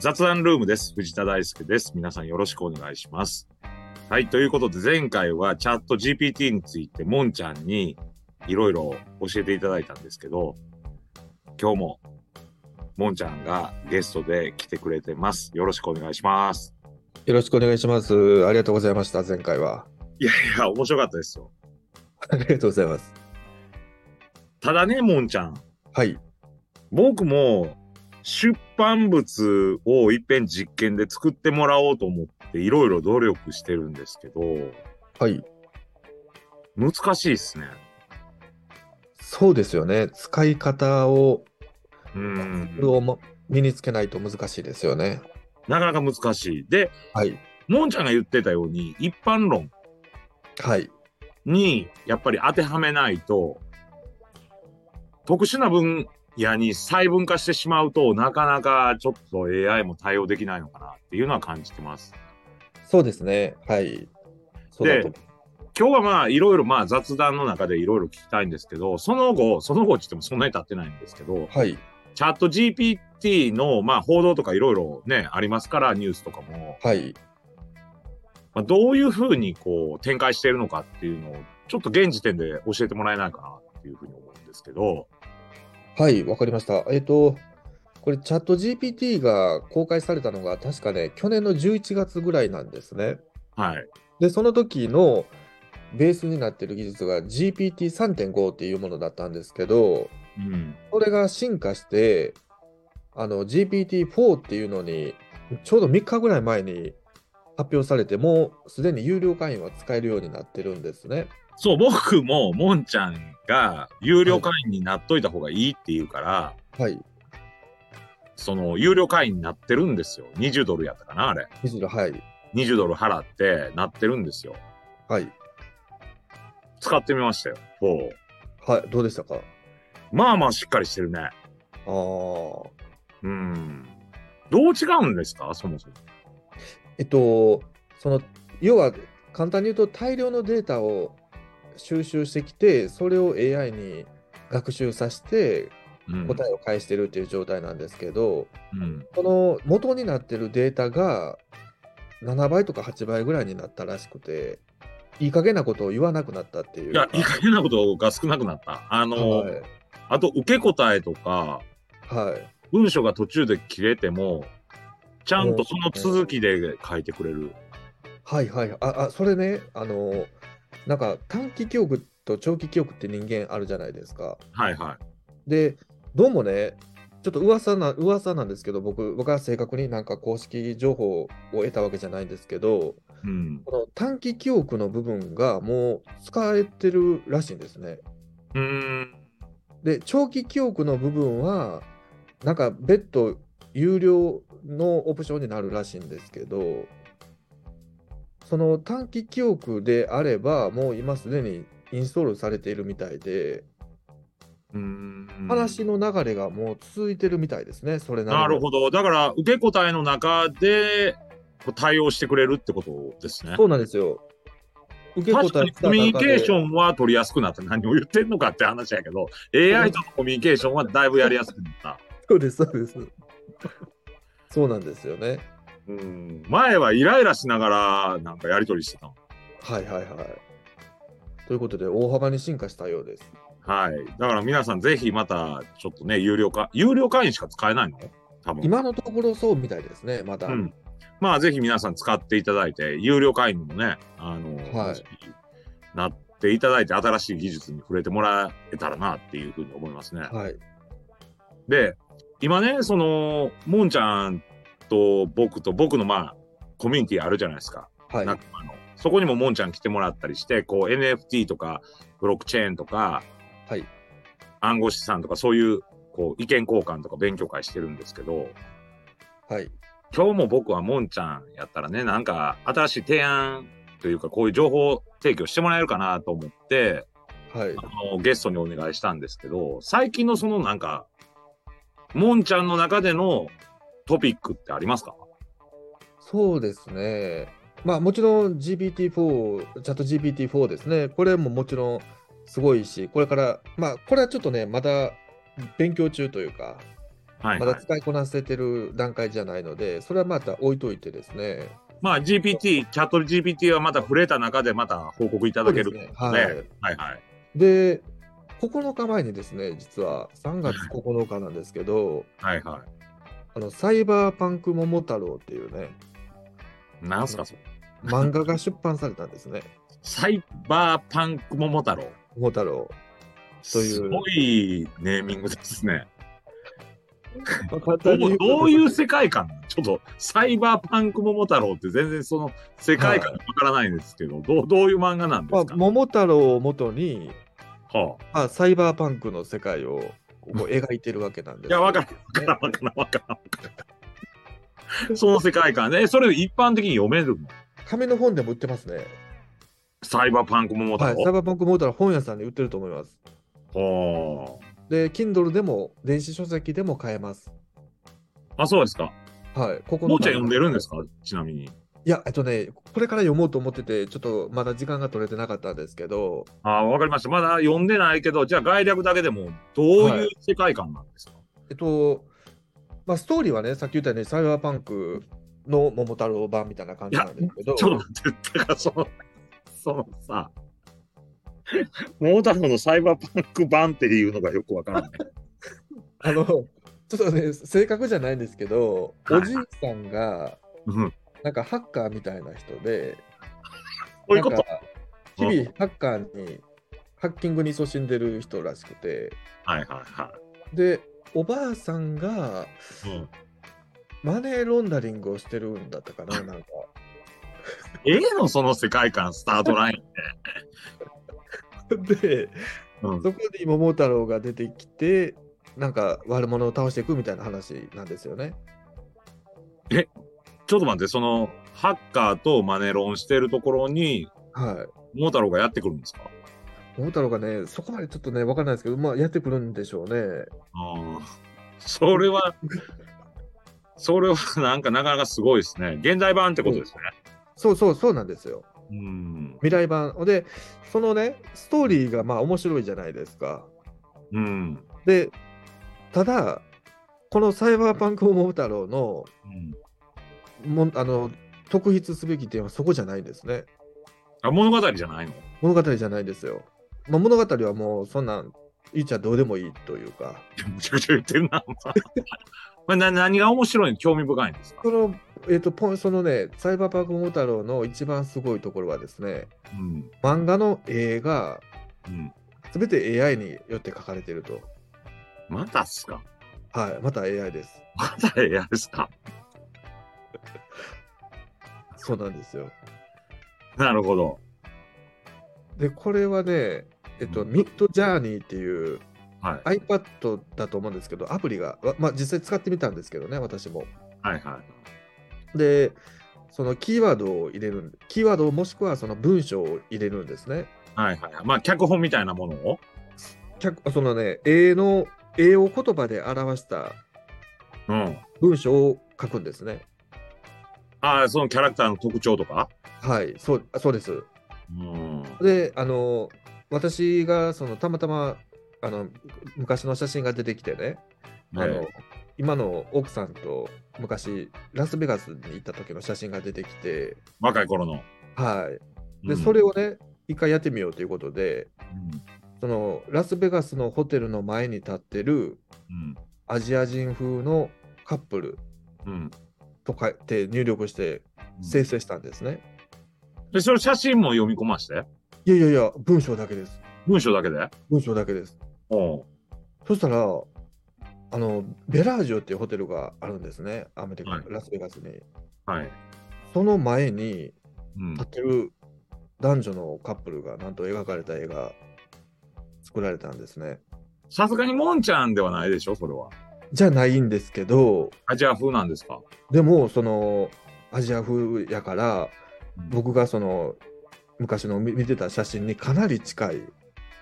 雑談ルームです。藤田大輔です。皆さんよろしくお願いします。はい、ということで前回はチャット GPT についてもんちゃんにいろいろ教えていただいたんですけど、今日ももんちゃんがゲストで来てくれてます。よろしくお願いします。よろしくお願いします。ありがとうございました、前回は。 いやいや、面白かったですよ。ありがとうございます。ただね、もんちゃん。はい。僕も出版物を一遍実験で作ってもらおうと思っていろいろ努力してるんですけど、はい。難しいですね。そうですよね。使い方を、うツんー。ルをも身につけないと難しいですよね。なかなか難しい。で、はい。もんちゃんが言ってたように、一般論はい。にやっぱり当てはめないと、特殊な分野に細分化してしまうとなかなかちょっと AI も対応できないのかなっていうのは感じてます。そうですね。はい。そうだと思今日はまあいろいろまあ雑談の中でいろいろ聞きたいんですけど、その後、その後って言ってもそんなに経ってないんですけどう。、はい。チャット GPT のまあ報道とかいろいろね、ありますから、ニュースとかも、はい。まあ、どういうふうにこう展開しているのかっていうのを、ちょっと現時点で教えてもらえないかなっていうふうに思うんですけど、はい。わかりました。えっ、と、これ、チャット GPT が公開されたのが、確かね、去年の11月ぐらいなんですね。はい。で、その時のベースになっている技術が GPT3.5 っていうものだったんですけど、うん。それが進化して、あの GPT-4 っていうのに、ちょうど3日ぐらい前に発表されて、もうすでに有料会員は使えるようになってるんですね。そう、僕も、もんちゃんが有料会員になっといた方がいいって言うから、はい。その、有料会員になってるんですよ。20ドルやったかな、あれ。藤野、はい。 20ドル払ってなってるんですよ。はい。使ってみましたよ。ほうはい。どうでしたかまあまあしっかりしてるね。あーうん。どう違うんですかそもそも。えっと、その、要は簡単に言うと大量のデータを収集してきて、それを AI に学習させてうん。答えを返してるっていう状態なんですけど、うん。この元になってるデータが7倍とか8倍ぐらいになったらしくて、いい加減なことを言わなくなったっていういやか。、いい加減なことが少なくなった。あの、はい。あと、受け答えとか、はい。文章が途中で切れても、ちゃんとその続きで書いてくれる。はいはい。あ、あ、それね、あの、なんか短期記憶と長期記憶って人間あるじゃないですか。はいはで、どうもね、ちょっと噂な、噂なんですけど、僕、僕は正確になんか公式情報を得たわけじゃないんですけど、い。うん。この短期記憶の部分がもう使えてるらしいんですね。うーん。で、長期記憶の部分は、なんか別途有料のオプションになるらしいんですけど、その短期記憶であれば、もう今すでにインストールされているみたいで、うーん話の流れがもう続いてるみたいですね、それななりるに。ほど。だから、受け答えの中でこう対応してくれるってことですね。そうなんですよ。受け確か答えにコミュニケーシン。ョンは取りやすくなった。何を言ってんのかって話やけど、AI とのコミュニケーションはだいぶやりやすくなった。そうです、そうです。そうなんですよね。うん前はイライラしながらなんかやりとりしてたもんはいはいはい。ということで、大幅に進化したようです。はい。だから皆さんぜひまたちょっとね、有料化、有料会員しか使えないの多分。今のところそうみたいですね、まだ。うん。まあぜひ皆さん使っていただいて、有料会員にもね、あの、はいぜひなっていただいて、新しい技術に触れてもらえたらなっていうふうに思いますね。はい。で、今ね、その、もんちゃんと僕と僕のまあ、コミュニティあるじゃないですか。はい。仲間の。そこにももんちゃん来てもらったりして、こう NFT とか、ブロックチェーンとか、はい。暗号資産とか、そういう、こう、意見交換とか勉強会してるんですけど、はい。今日も僕はもんちゃんやったらね、なんか、新しい提案というか、こういう情報提供してもらえるかなと思って、はい。あのゲストにお願いしたんですけど、最近のそのなんか、もんちゃんの中でのトピックってありますかそうですね。まあもちろん GPT-4、チャット GPT-4 ですね。これももちろんすごいし、これから、まあこれはちょっとね、まだ勉強中というか、はい、まはだい。使いこなせてる段階じゃないので、それはまた置いといてですね。まあ GPT、チャット GPT はまた触れた中でまた報告いただけるそうですねねははいい。はい。で、9日前にですね、実は3月9日なんですけど、はいはい。あのサイバーパンク桃太郎っていうね、なんすか、それ。漫画が出版されたんです ね、サイバーパンク桃太郎。桃太郎。すというごいネーミングですね。まあ簡ど単に言ううとどういう世界観ちょっとサイバーパンク桃太郎って全然その世界観わからないんですけど、どうどういう漫画なんでますあ、か、桃太郎をもとに、はあ、まあ、サイバーパンクの世界をこう描いてるわけなんですいけど。や、わからん、わからん、わからん、わからんわからん。その世界観ね、それを一般的に読めるの紙の本でも売ってますね。サイバーパンク桃は太い、郎。サイバーパンク桃太郎本屋さんで売ってると思います。はで、Kindle でも電子書籍でも買えます。あ、あ、そうですか。はい、ここもうちゃん読んでるんですかかちなみに。いや、えっとね、これから読もうと思ってて、ちょっとまだ時間が取れてなかったんですけど、ああ、わかりました。まだ読んでないけど、じゃあ概略だけでも、どういう世界観なんですか、えっと、まあ、ストーリーはね、さっき言ったようにサイバーパンクの桃太郎版みたいな感じなんですけど、ちょっと待って、だからその、そのさ、桃太郎のサイバーパンク版っていうのがよくわからない。あの、ちょっとね、正確じゃないんですけど、はいおじいさんが、うん。こなんかハッカーみたいな人で、ういうこなとん。か日々ハッカーに、ハッキングに勤しんでる人らしくて、はいはいはで、おばあさんがい。うんマネーロンダリングをしてるんだった かな、なんか。ええのその世界観、スタートライン。で、うんそこに桃太郎が出てきて、なんか悪者を倒していくみたいな話なんですよね。ちょっと待って、その、ハッカーとマネロンしてるところに、はい。桃太郎がやってくるんですか桃太郎がね、そこまでちょっとね、わからないですけど、まあ、やってくるんでしょうね。ああ。それは、それはなんかなかなかすごいですね。現代版ってことですね。そうそうそうなんですよ。うん。未来版。で、そのね、ストーリーがまあ面白いじゃないですか。うん。で、ただ、このサイバーパンク桃太郎のうん、もんあの特筆すべき点はそこじゃないんですね。あ物語じゃないの 物語じゃないですよ。まあ、物語はもうそんなん言っちゃどうでもいいというか。むちゃくちゃ言ってるな。 まあ、な何が面白いの興味深いんですか、その、えっ、と、ポンそのね、サイバーパーク桃太郎の一番すごいところはですね、うん漫画の絵がうん、全て AI によって描かれていると。またっすかはい、また AI です。またえやですかそうなんですよ。なるほど。で、これはね、えっと、うんミッドジャーニーっていうはい。 iPad だと思うんですけど、アプリが、わまあ実際使ってみたんですけどね、私も。はいはで、そのキーワードを入れる、キーワードもしくはその文章を入れるんですね。い。はいはい。まあ、脚本みたいなものを。客そのね、絵の、絵を言葉で表したうん。文章を書くんですね。ああ、そのキャラクターの特徴とか。はい、そうあそうです。うん。で、あの、私がそのたまたまあの昔の写真が出てきてね、あのね今の奥さんと昔、ラスベガスに行った時の写真が出てきて、若い頃の。はい。うで、んそれをね、一回やってみようということで、そのラスベガスのホテルの前に立ってるうん。アジア人風のカップルうん。うん。とかって入力して生成したんですね。で、その写真も読み込まして。いやいやいや、文章だけです。文章だけで。文章だけです。おうそしたら、あの、ベラージュっていうホテルがあるんですね、アメリカ、はいラスベガスに。はい。その前にうん立。ってる男女のカップルが、なんと描かれた絵が作られたんですね。さすがにもんちゃんではないでしょ、それは。じゃないんですけど、アジア風なんですか。でも、その、アジア風やかうら、ん僕がその、昔の見見てた写真にかなり近い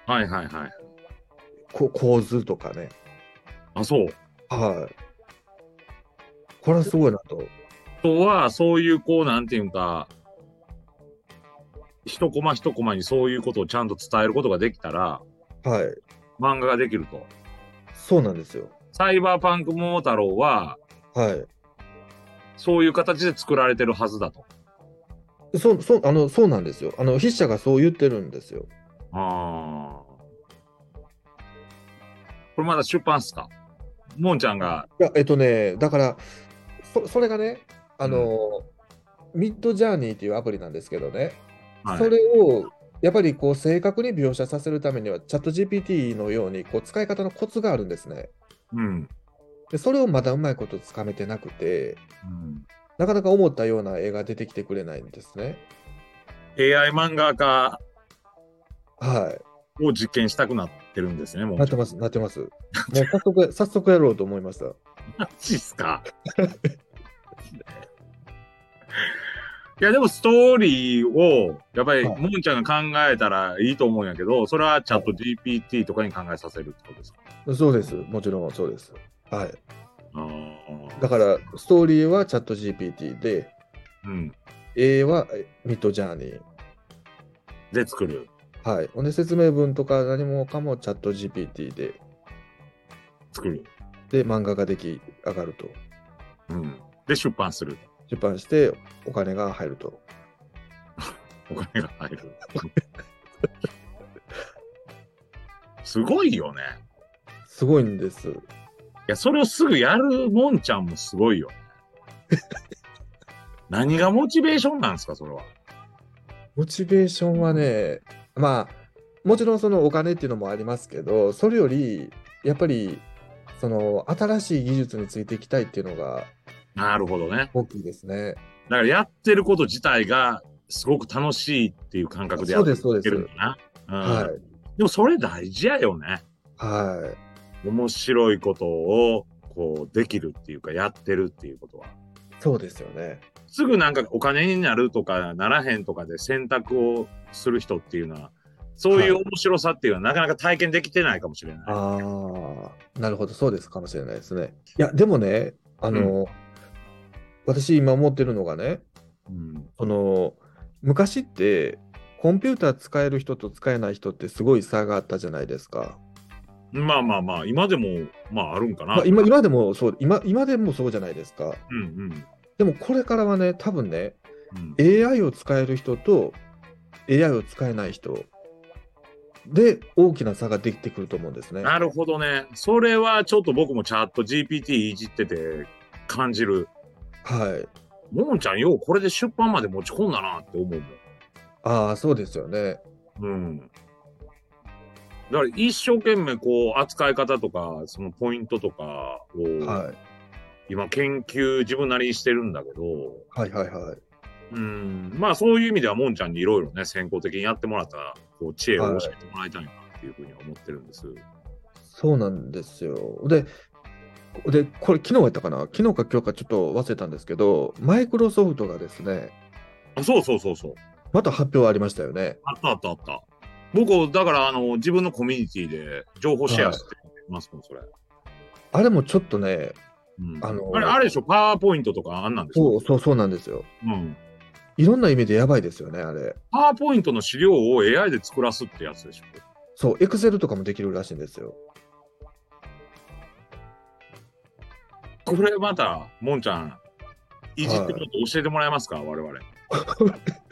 はいはいはい。こ構図とかね。あ、そう。はい。これはすごいなと。あとは、そういう、こう、なんていうんか、一コマ一コマにそういうことをちゃんと伝えることができたら、はい。漫画ができると。そうなんですよ。サイバーパンク桃太郎は、はい。そういう形で作られてるはずだと。そう、そう、あの、そうなんですよ。あの、筆者がそう言ってるんですよ。ああ。これまだ出版っすかもんちゃんが、いや、えっとね、だから、そそれがね、あの、ミッドジャーニーっていうアプリなんですけどね、はいそれをやっぱりこう正確に描写させるためには、チャット GPT のようにこう使い方のコツがあるんですね。うん。でそれをまだうまいことつかめてなくて、うん、なかなか思ったような絵が出てきてくれないんですね。 AI 漫画家はを実験したくなってるんですね、もい。う。なってます、なってます。もう早速、早速やろうと思いました。マジっすかいや、でもストーリーを、やっぱり、はいもんちゃんが考えたらいいと思うんやけど、それはチャット GPT とかに考えさせるってことですか、そうです。もちろんそうです。はい。あだから、ストーリーはチャット GPT で、あ。うん。絵はミッドジャーニー。で作る。はい。ほんで、説明文とか何もかもチャット GPT で、作る。で、漫画が出来上がると。うん。で、出版する。出版して、お金が入ると。お金が入る。すごいよね。すごいんです。いや、それをすぐやるもんちゃんもすごいよね。何がモチベーションなんですか、それは。モチベーションはね、まあ、もちろんそのお金っていうのもありますけど、それより、やっぱり、その、新しい技術についていきたいっていうのがなるほどね。大きいですね。だからやってること自体がすごく楽しいっていう感覚でやそうってです、そうです。るんだな。うんはい。でもそれ大事やよね。はい。面白いことをこうできるっていうかやってるっていうことは。そうですよね。すぐなんかお金になるとかならへんとかで選択をする人っていうのはそういうは面白さっていうのはなかなか体験できてないかもしれない。ああ、なるほど、そうですかもしれないですね。いや、でもね、あの、私今思ってるのがね、うん、その、昔って、コンピューター使える人と使えない人ってすごい差があったじゃないですか。まあまあまあ今でもまああるんかな。まあ、今今でもそう今、今でもそうじゃないですか。うんうんでもこれからはね、多分ね、うん、 AI を使える人と AI を使えない人で大きな差ができてくると思うんですね。なるほどね。それはちょっと僕もチャット GPT いじってて感じる。はい。ももちゃんようこれで出版まで持ち込んだなって思うああ、そうですよね。もん。うん。だから一生懸命こう扱い方とかそのポイントとかをはい。今研究自分なりにしてるんだけど、はいはいはい。うん、まあそういう意味ではもんちゃんにいろいろね先行的にやってもらったこう知恵を教えてもらいたいなっていうふうには思ってるんです。そうなんですよ。で、でこれ、昨日やったかな昨日か今日かちょっと忘れたんですけど、マイクロソフトがですね、あそうそうそうそう。また発表ありましたよね。あったあったあった。僕、だから、あの、自分のコミュニティで情報シェアしてますもん、それ。あれもちょっとね、うん、ああのれ、あれでしょ、パワーポイントとかあんなんでしそょうそうそうなんですよ。うん。いろんな意味でやばいですよね、あれ。パワーポイントの資料を AI で作らすってやつでしょ。そう、エクセルとかもできるらしいんですよ。これまた、もんちゃん、いじってちょっと教えてもらえますか、我 々。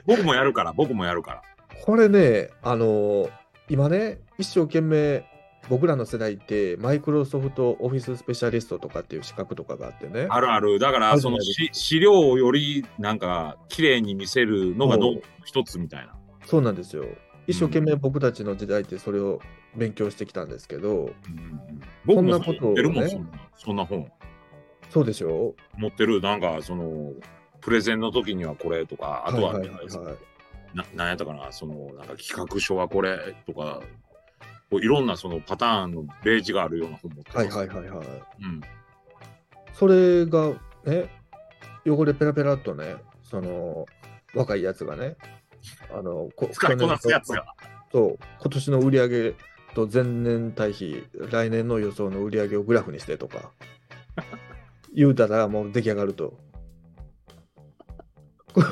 僕もやるから、僕もやるから。これね、あのー今ね、一生懸命、僕らの世代って、マイクロソフトオフィススペシャリストとかっていう資格とかがあってね。あるある。だかあら、るそのあるし資料をより、なんか、綺麗に見せるのがそのう一つみたいな。そうなんですよ。一生懸命僕たちの時代ってそれを勉強してきたんですけど、うんうんうんそ僕んなもこと持をねってるもん、そんなそんな本。そうでしょ持ってるなんかそのプレゼンの時にはこれとかあとは,、いはいはいはい、ななんやったかなそのなんか企画書はこれとかこういろんなそのパターンのページがあるような本持ってはいます、はいはいはい。うん、それがね、汚れペラペラっとね、その若いやつがね、あの、こ使いこなすやつが。そう、今年の売り上げと前年対比、来年の予想の売り上げをグラフにして とか、言うたらもう出来上がると。こ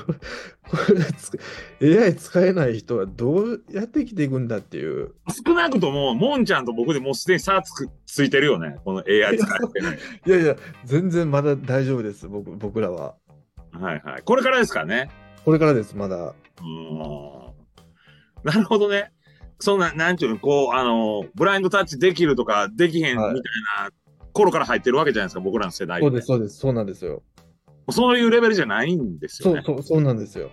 これつく AI 使えない人はどうやって生きていくんだっていう。少なくとも、もんちゃんと僕でもうすでに差つくついてるよね。この AI 使って ない。いやいや、全然まだ大丈夫です、僕僕らは。はいはい。これからですからね。これからです、まだ。うーん。なるほどね。そんな、なんちゅうの、こう、あの、ブラインドタッチできるとか、できへんみたはいいな頃から入ってるわけじゃないですか、僕らの世代ってそうです、そうです、そうなんですよ。そういうレベルじゃないんですよそねう。そうそうなんですよ。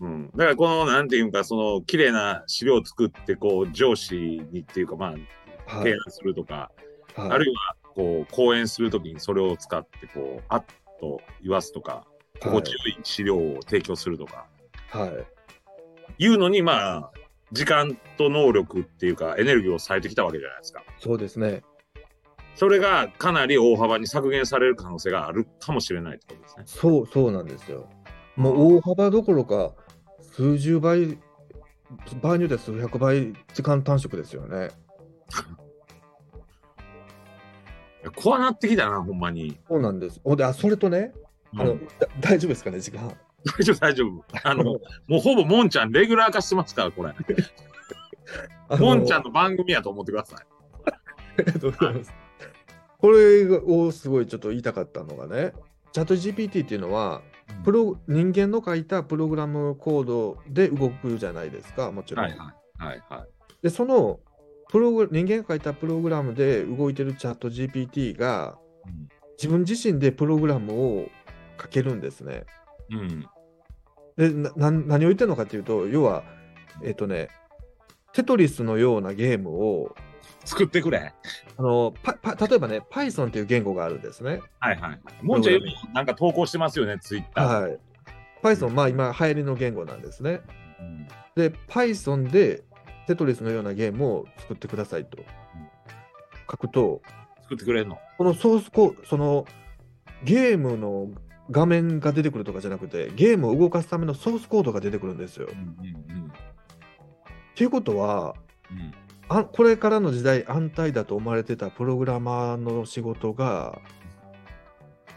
うん、だからこのなんていうんかその綺麗な資料を作ってこう上司にっていうかまあは提い案。するとか、はいあるいはこう講演するときにそれを使ってこうあっと言わすとか心地よい資料を提供するとか、はい。はいい、うのにまあ時間と能力っていうかエネルギーを割いてきたわけじゃないですか。そうですね。それがかなり大幅に削減される可能性があるかもしれないってことですね。そう、そうなんですよ。もう大幅どころか、数十倍、場合によっては数百倍時間短縮ですよね。いやこうなってきたなほんまに。そうなんです。ほんで、あ、それとね、あの、うんだ大丈夫ですかね、時間。 大丈夫大丈夫。あ のもうほぼもんちゃんレギュラー化してますからこれ。 あのもんちゃんの番組やと思ってください。ありがとうございます。これをすごいちょっと言いたかったのがね、チャット GPT っていうのは、プロ人間の書いたプログラムコードで動くじゃないですか、もちろん。はいはいはいはい。で、そのプログ人間が書いたプログラムで動いてるチャット GPT が、自分自身でプログラムを書けるんですね。うん。で、なな何を言ってるのかっていうと、要は、えっ、とね、テトリスのようなゲームを、作ってくれ。あのパパ例えばね、Python っていう言語があるんですね。はいはい。もんちゃんよくなんか投稿してますよね、ツイッター。はい。Python、まあ今流行りの言語なんですね。うんで、Python でテトリスのようなゲームを作ってくださいと書くと、作ってくれるの。このソースコーそのゲームの画面が出てくるとかじゃなくて、ゲームを動かすためのソースコードが出てくるんですよ。うんうんっていうことは、うん。あこれからの時代安泰だと思われてたプログラマーの仕事が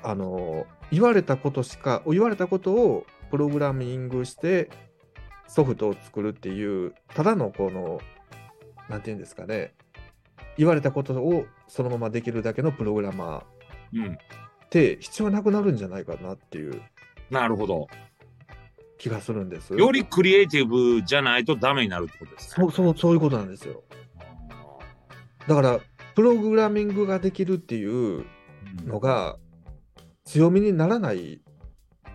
あの言われたことしか言われたことをプログラミングしてソフトを作るっていうただのこのなんていうんですかね言われたことをそのままできるだけのプログラマーっうん。うん。て必要なくなるんじゃないかなっていうなるほど。気がするんです。よりクリエイティブじゃないとダメになるってことですそね。うそうそういうことなんですよ。だからプログラミングができるっていううんのが強みにならない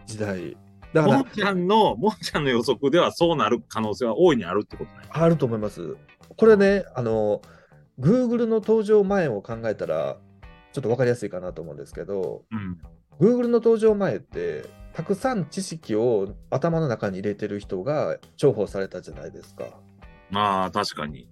時代だかもらんちゃんの、もんちゃんの予測ではそうなる可能性は大いにあるってことね。あると思いますこれねあの Google の登場前を考えたらちょっと分かりやすいかなと思うんですけどうん。 Google の登場前ってたくさん知識を頭の中に入れてる人が重宝されたじゃないですかまあ、確かに。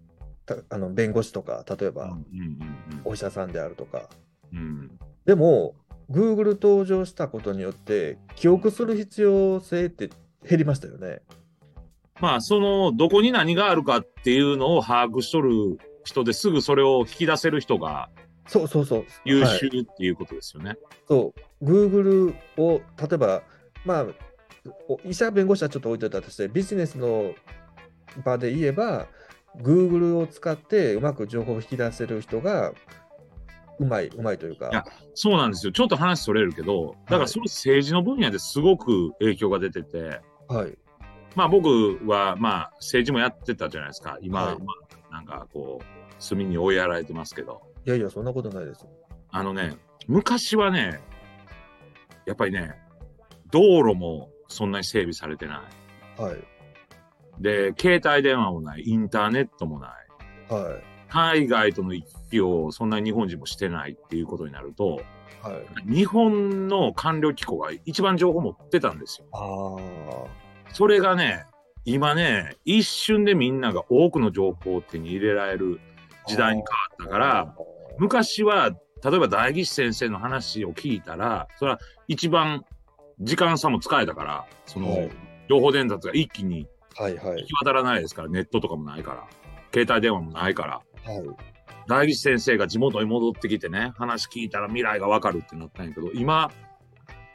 たあの弁護士とか例えうんばうんお医者さんであるとかうんうん。でも Google 登場したことによって記憶する必要性って減りましたよねまあ、その、どこに何があるかっていうのを把握しとる人ですぐそれを引き出せる人がそうそうそう。優はい秀っていうことですよね。そう、Google を例えば、まあ、お医者、弁護士はちょっと置いといたとして、ビジネスの場で言えば、Google を使ってうまく情報を引き出せる人がうまい、うまいといういやか、そうなんですよ。ちょっと話それるけど、だからその政治の分野ですごく影響が出てて、はい、まあ僕はまあ政治もやってたじゃないですか。今、はいまあなんかこう、隅に追いやられてますけど、いやいや、そんなことないです。あのね、昔はね、やっぱりね、道路もそんなに整備されてなはい、い。で、携帯電話もない、インターネットもない。は海外との行き来をそんなに日本人もしてないっていうことになると、い、はい。日本の官僚機構が一番情報持ってたんですよ。ああ、それがね、今ね、一瞬でみんなが多くの情報を手に入れられる時代に変わったから、、昔は、例えば大義士先生の話を聞いたら、それは一番時間差も使えたから、そはのい、情報伝達が一気にはい、はい、は行き渡らないですから、ネットとかもないから、携帯電話もないから、い、大義士先生が地元に戻ってきてね、話聞いたら未来がわかるってなったんやけど、今、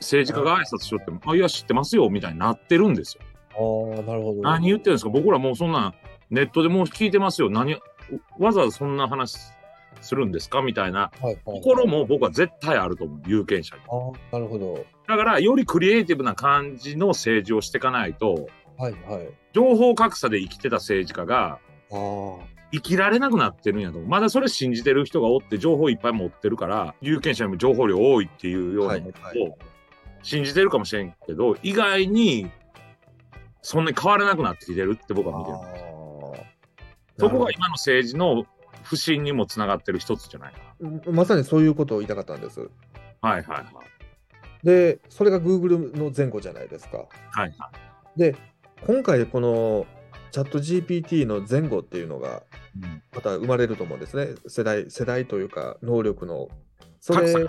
政治家が挨拶しよっても、あ、いや、知ってますよ、みたいになってるんですよ。ああ、なるほど。何言ってるんですか僕らもうそんなんネットでもう聞いてますよ何わざわざそんな話するんですかみたいなはいはい、ところも僕は絶対あると思う有権者にああ、なるほど。だからよりクリエイティブな感じの政治をしていかないとはいはい。情報格差で生きてた政治家がああ。生きられなくなってるんやと思うまだそれ信じてる人がおって情報いっぱい持ってるから有権者にも情報量多いっていうようはないことを信じてるかもしれんけど意外にそんなに変わらなくなってきてるって僕は見てるそこが今の政治の不信にもつながってる一つじゃないかまさにそういうことを言いたかったんです。な。はいはいはい。で、それが Google の前後じゃないですか。はいはで、今回このチャット GPT の前後っていうのがい。うんまた生まれると思うんですね。世代、世代というか能力の。そ格れ差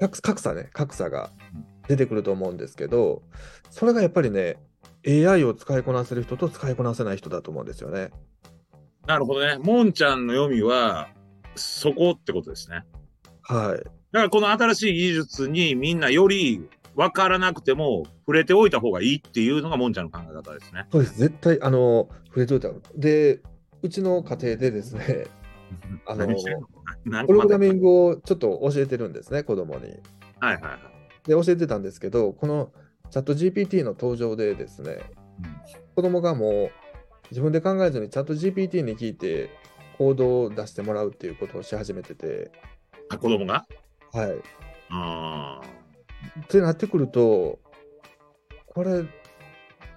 格格差ね、格差がうん出てくると思うんですけど、それがやっぱりね、AI を使いこなせる人と使いこなせない人だと思うんですよね。なるほどね。もんちゃんの読みはそこってことですね。はだい。からこの新しい技術にみんなより分からなくても触れておいた方がいいっていうのがもんちゃんの考え方ですね。そうです。絶対、あの、触れといた方がで、うちの家庭でですね、あの何してるの何プログラまミングをちょっと教えてるんですね、子供に。たはいはいはい。で、教えてたんですけど、このチャット GPT の登場でですね、子供がもう自分で考えずにチャット GPT に聞いて行動を出してもらうっていうことをし始めてて、あ子供がはい。あってなってくると、これ、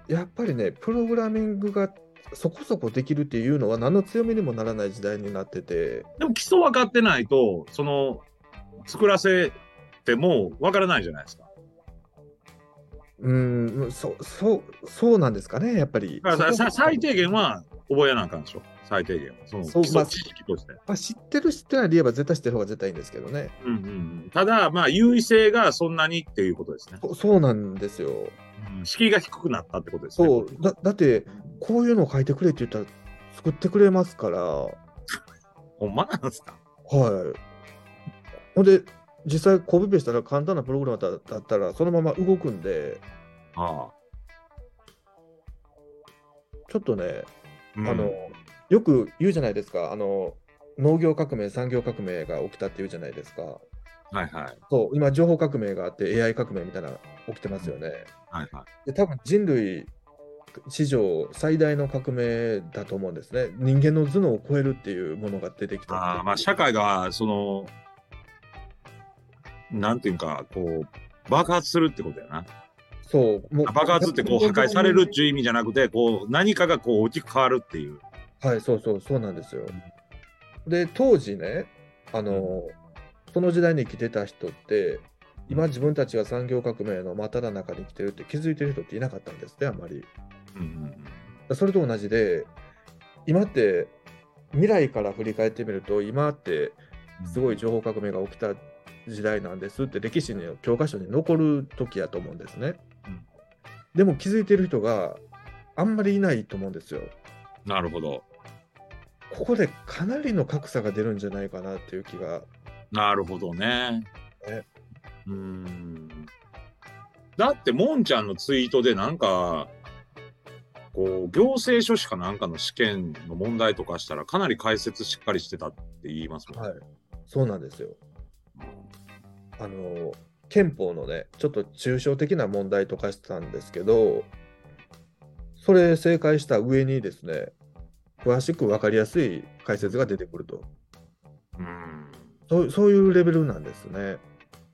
やっぱりね、プログラミングがそこそこできるっていうのは何の強みにもならない時代になってて、ーでも基礎分かってないとその作らせても分からないじゃないですか。うーん、そう、そう、そうなんですかね、やっぱり。だからそさこ最低限は覚えなあかんでしょ。最低限は。その基そうま礎あ知識として。まあ、知ってる知ってないで言えば絶対知ってる方が絶対いいんですけどね。うんうんうん、ただ、まあ、優位性がそんなにっていうことですね。そそうなんですよ。うん敷居が低くなったってことですね。そうだだってこういうのを書いてくれって言ったら作ってくれますからはほんまなんですかいほんで実際コピペしたら簡単なプログラムだだったらそのまま動くんでああ、ちょっとね、うんあのよく言うじゃないですかあの農業革命産業革命が起きたっていうじゃないですかはいはい。そう今情報革命があって AI 革命みたいなの起きてますよねはいはい。で多分人類史上最大の革命だと思うんですね人間の頭脳を超えるっていうものが出てきたああまあ、社会が、その、なんていうか、こう、爆発するってことやな。そう、もう爆発ってこう、破壊されるっていう意味じゃなくて、こう、何かがこう、大きく変わるっていう。はい、そうそう、そうなんですよ。で、当時ね、あの、その時代に生きてた人って、今自分たちが産業革命の真っ只中に生きてるって気づいてる人っていなかったんですね、あんまり。うんうんそれと同じで、今って未来から振り返ってみると、今ってうんすごい情報革命が起きた時代なんですって歴史の教科書に残る時やと思うんですね。うんでも気づいてる人があんまりいないと思うんですよ。なるほど。ここでかなりの格差が出るんじゃないかなっていう気が、なるほどね。ねうーん。だって、もんちゃんのツイートで、なんか、こう、行政書士かなんかの試験の問題とかしたら、かなり解説しっかりしてたって言いますもんね。い、そうなんですよ。あの憲法のね、ちょっと抽象的な問題とかしてたんですけど、それ正解した上にですね、詳しく分かりやすい解説が出てくると、うん。そうそういうレベルなんですね。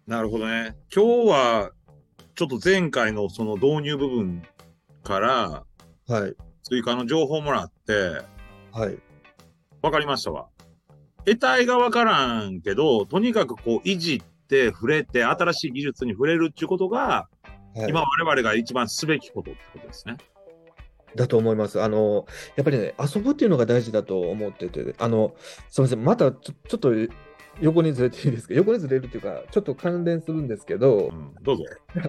なるほどね。今日は、ちょっと前回のその導入部分から、はい、追加の情報もらって、はい、わかりましたわ。得体がわからんけど、とにかくこう、いじって、触れて、新しい技術に触れるっていうことが、はい今我々が一番すべきことってことですね。だと思います。あの、やっぱりね、遊ぶっていうのが大事だと思ってて、あの、すみません、またちょちょっと横にずれていいですか横にずれるっていうか、ちょっと関連するんですけどう、ん、どうぞ。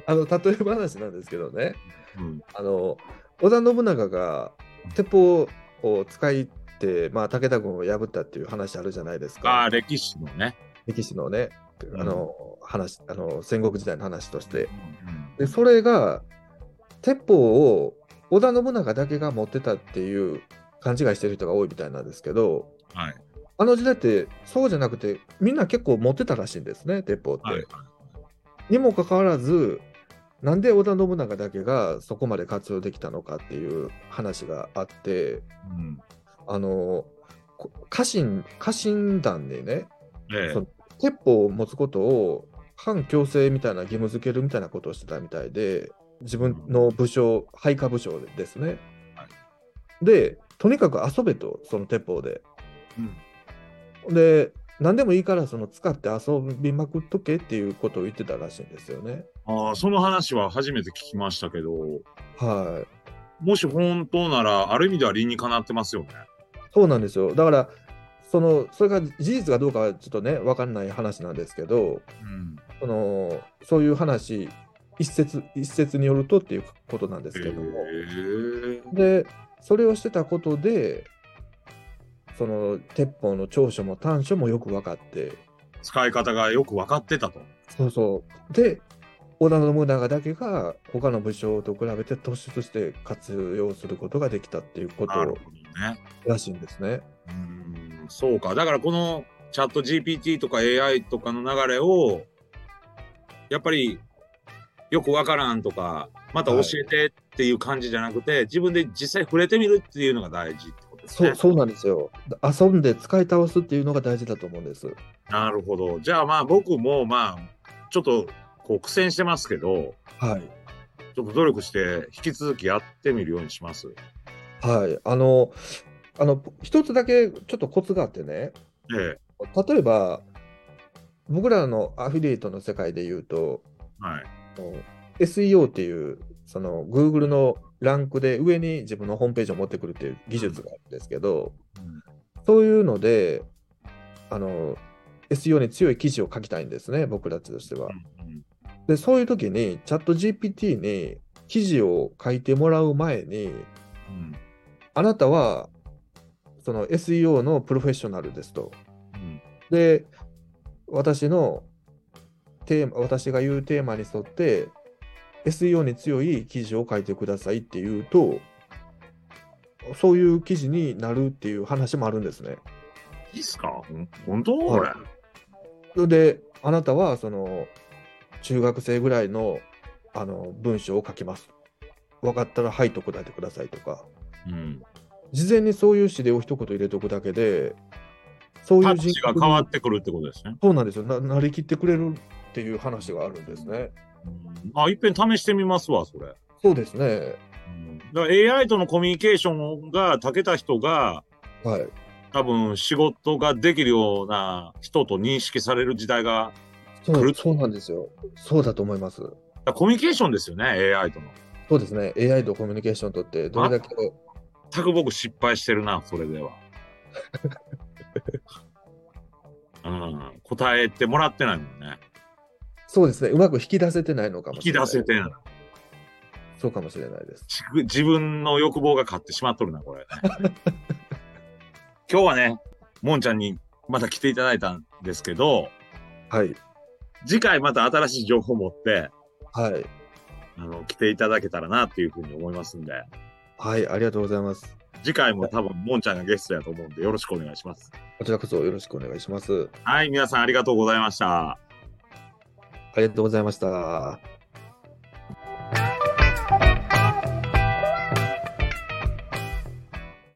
あの、例え話なんですけどね、うん、あの、織田信長が鉄砲を使いって、まあ、武田軍を破ったっていう話あるじゃないですああ、か。歴史のね。歴史のね、あの、話、あの、戦国時代の話としてう。んで、それが、鉄砲を織田信長だけが持ってたっていう勘違いしてる人が多いみたいなんですけど、はいあの時代ってそうじゃなくてみんな結構持ってたらしいんですね鉄砲って。はいにもかかわらずなんで織田信長だけがそこまで活用できたのかっていう話があってうんあのこ家臣家臣団でねええその鉄砲を持つことを反強制みたいな義務付けるみたいなことをしてたみたいで自分の武将配下武将ですね、はでとにかく遊べとその鉄砲でうんで何でもいいからその使って遊びまくっとけっていうことを言ってたらしいんですよねああその話は初めて聞きましたけどはいもし本当ならある意味では理にかなってますよね。そうなんですよ。だから、そのそれが事実かどうかはちょっとね、分かんない話なんですけど、うんそのそういう話、一説一説によるとっていうことなんですけども、へえで、それをしてたことで、その鉄砲の長所も短所もよく分かって、使い方がよく分かってたと。そうそう。で、織田信長だけが他の武将と比べて突出して活用することができたっていうこなるとほどね。らしいんですね。うんそうかだからこのチャット GPT とか AI とかの流れをやっぱりよく分からんとかまた教えてっていう感じじゃなくて、自分で実際触れてみるっていうのが大事ってことですそねう。そうなんですよ。遊んで使い倒すっていうのが大事だと思うんです。なるほどじゃあまあ僕もまあちょっとこう苦戦してますけどはい。ちょっと努力して引き続きやってみるようにします。はい。あの、あの、一つだけちょっとコツがあってね、ええ、例えば、僕らのアフィリエイトの世界で言うと、はい。あの SEO っていう、その Google のランクで上に自分のホームページを持ってくるっていう技術があるんですけど、そういうので、あの、SEO に強い記事を書きたいんですね、僕たちとしては。うんで、そういう時に、チャット GPT に記事を書いてもらう前に、うんあなたはその SEO のプロフェッショナルですと。うんで、私のテーマ、私が言うテーマに沿って、SEO に強い記事を書いてくださいっていうと、そういう記事になるっていう話もあるんですね。いいっすかほん本当はいこれ。で、あなたはその中学生ぐらいのあの文章を書きます。分かったら、はいと答えてくださいとか。うん。事前にそういう指令を一言入れておくだけで、そういタうッチが格に変わってくるってことですね。そうなんですよな。なりきってくれるっていう話があるんですね。うんあ、いっぺん試してみますわ、それ。そうですね。うんだから AI とのコミュニケーションが長けた人がはい。多分仕事ができるような人と認識される時代がそ来うるそうなんですよ。そうだと思います。だからコミュニケーションですよね AI とのそうですね。AI とコミュニケーションとって、どれだけ、全く僕失敗してるなそれでは、 うん、答えてもらってないもんねそうですね。うまく引き出せてないのかも引しきれない。出せてないそうかもしれないです。自自分の欲望が勝ってしまっとるな、これ。 今日はね、もんちゃんにまた来ていただいたんですけど、はい。次回また新しい情報を持って、はい。あの、来ていただけたらなっていうふうに思いますんで、はい。ありがとうございます。次回も多分もんちゃんがゲストやと思うんでよろしくお願いします。こちらこそよろしくお願いします。はい、皆さんありがとうございました。ありがとうございました。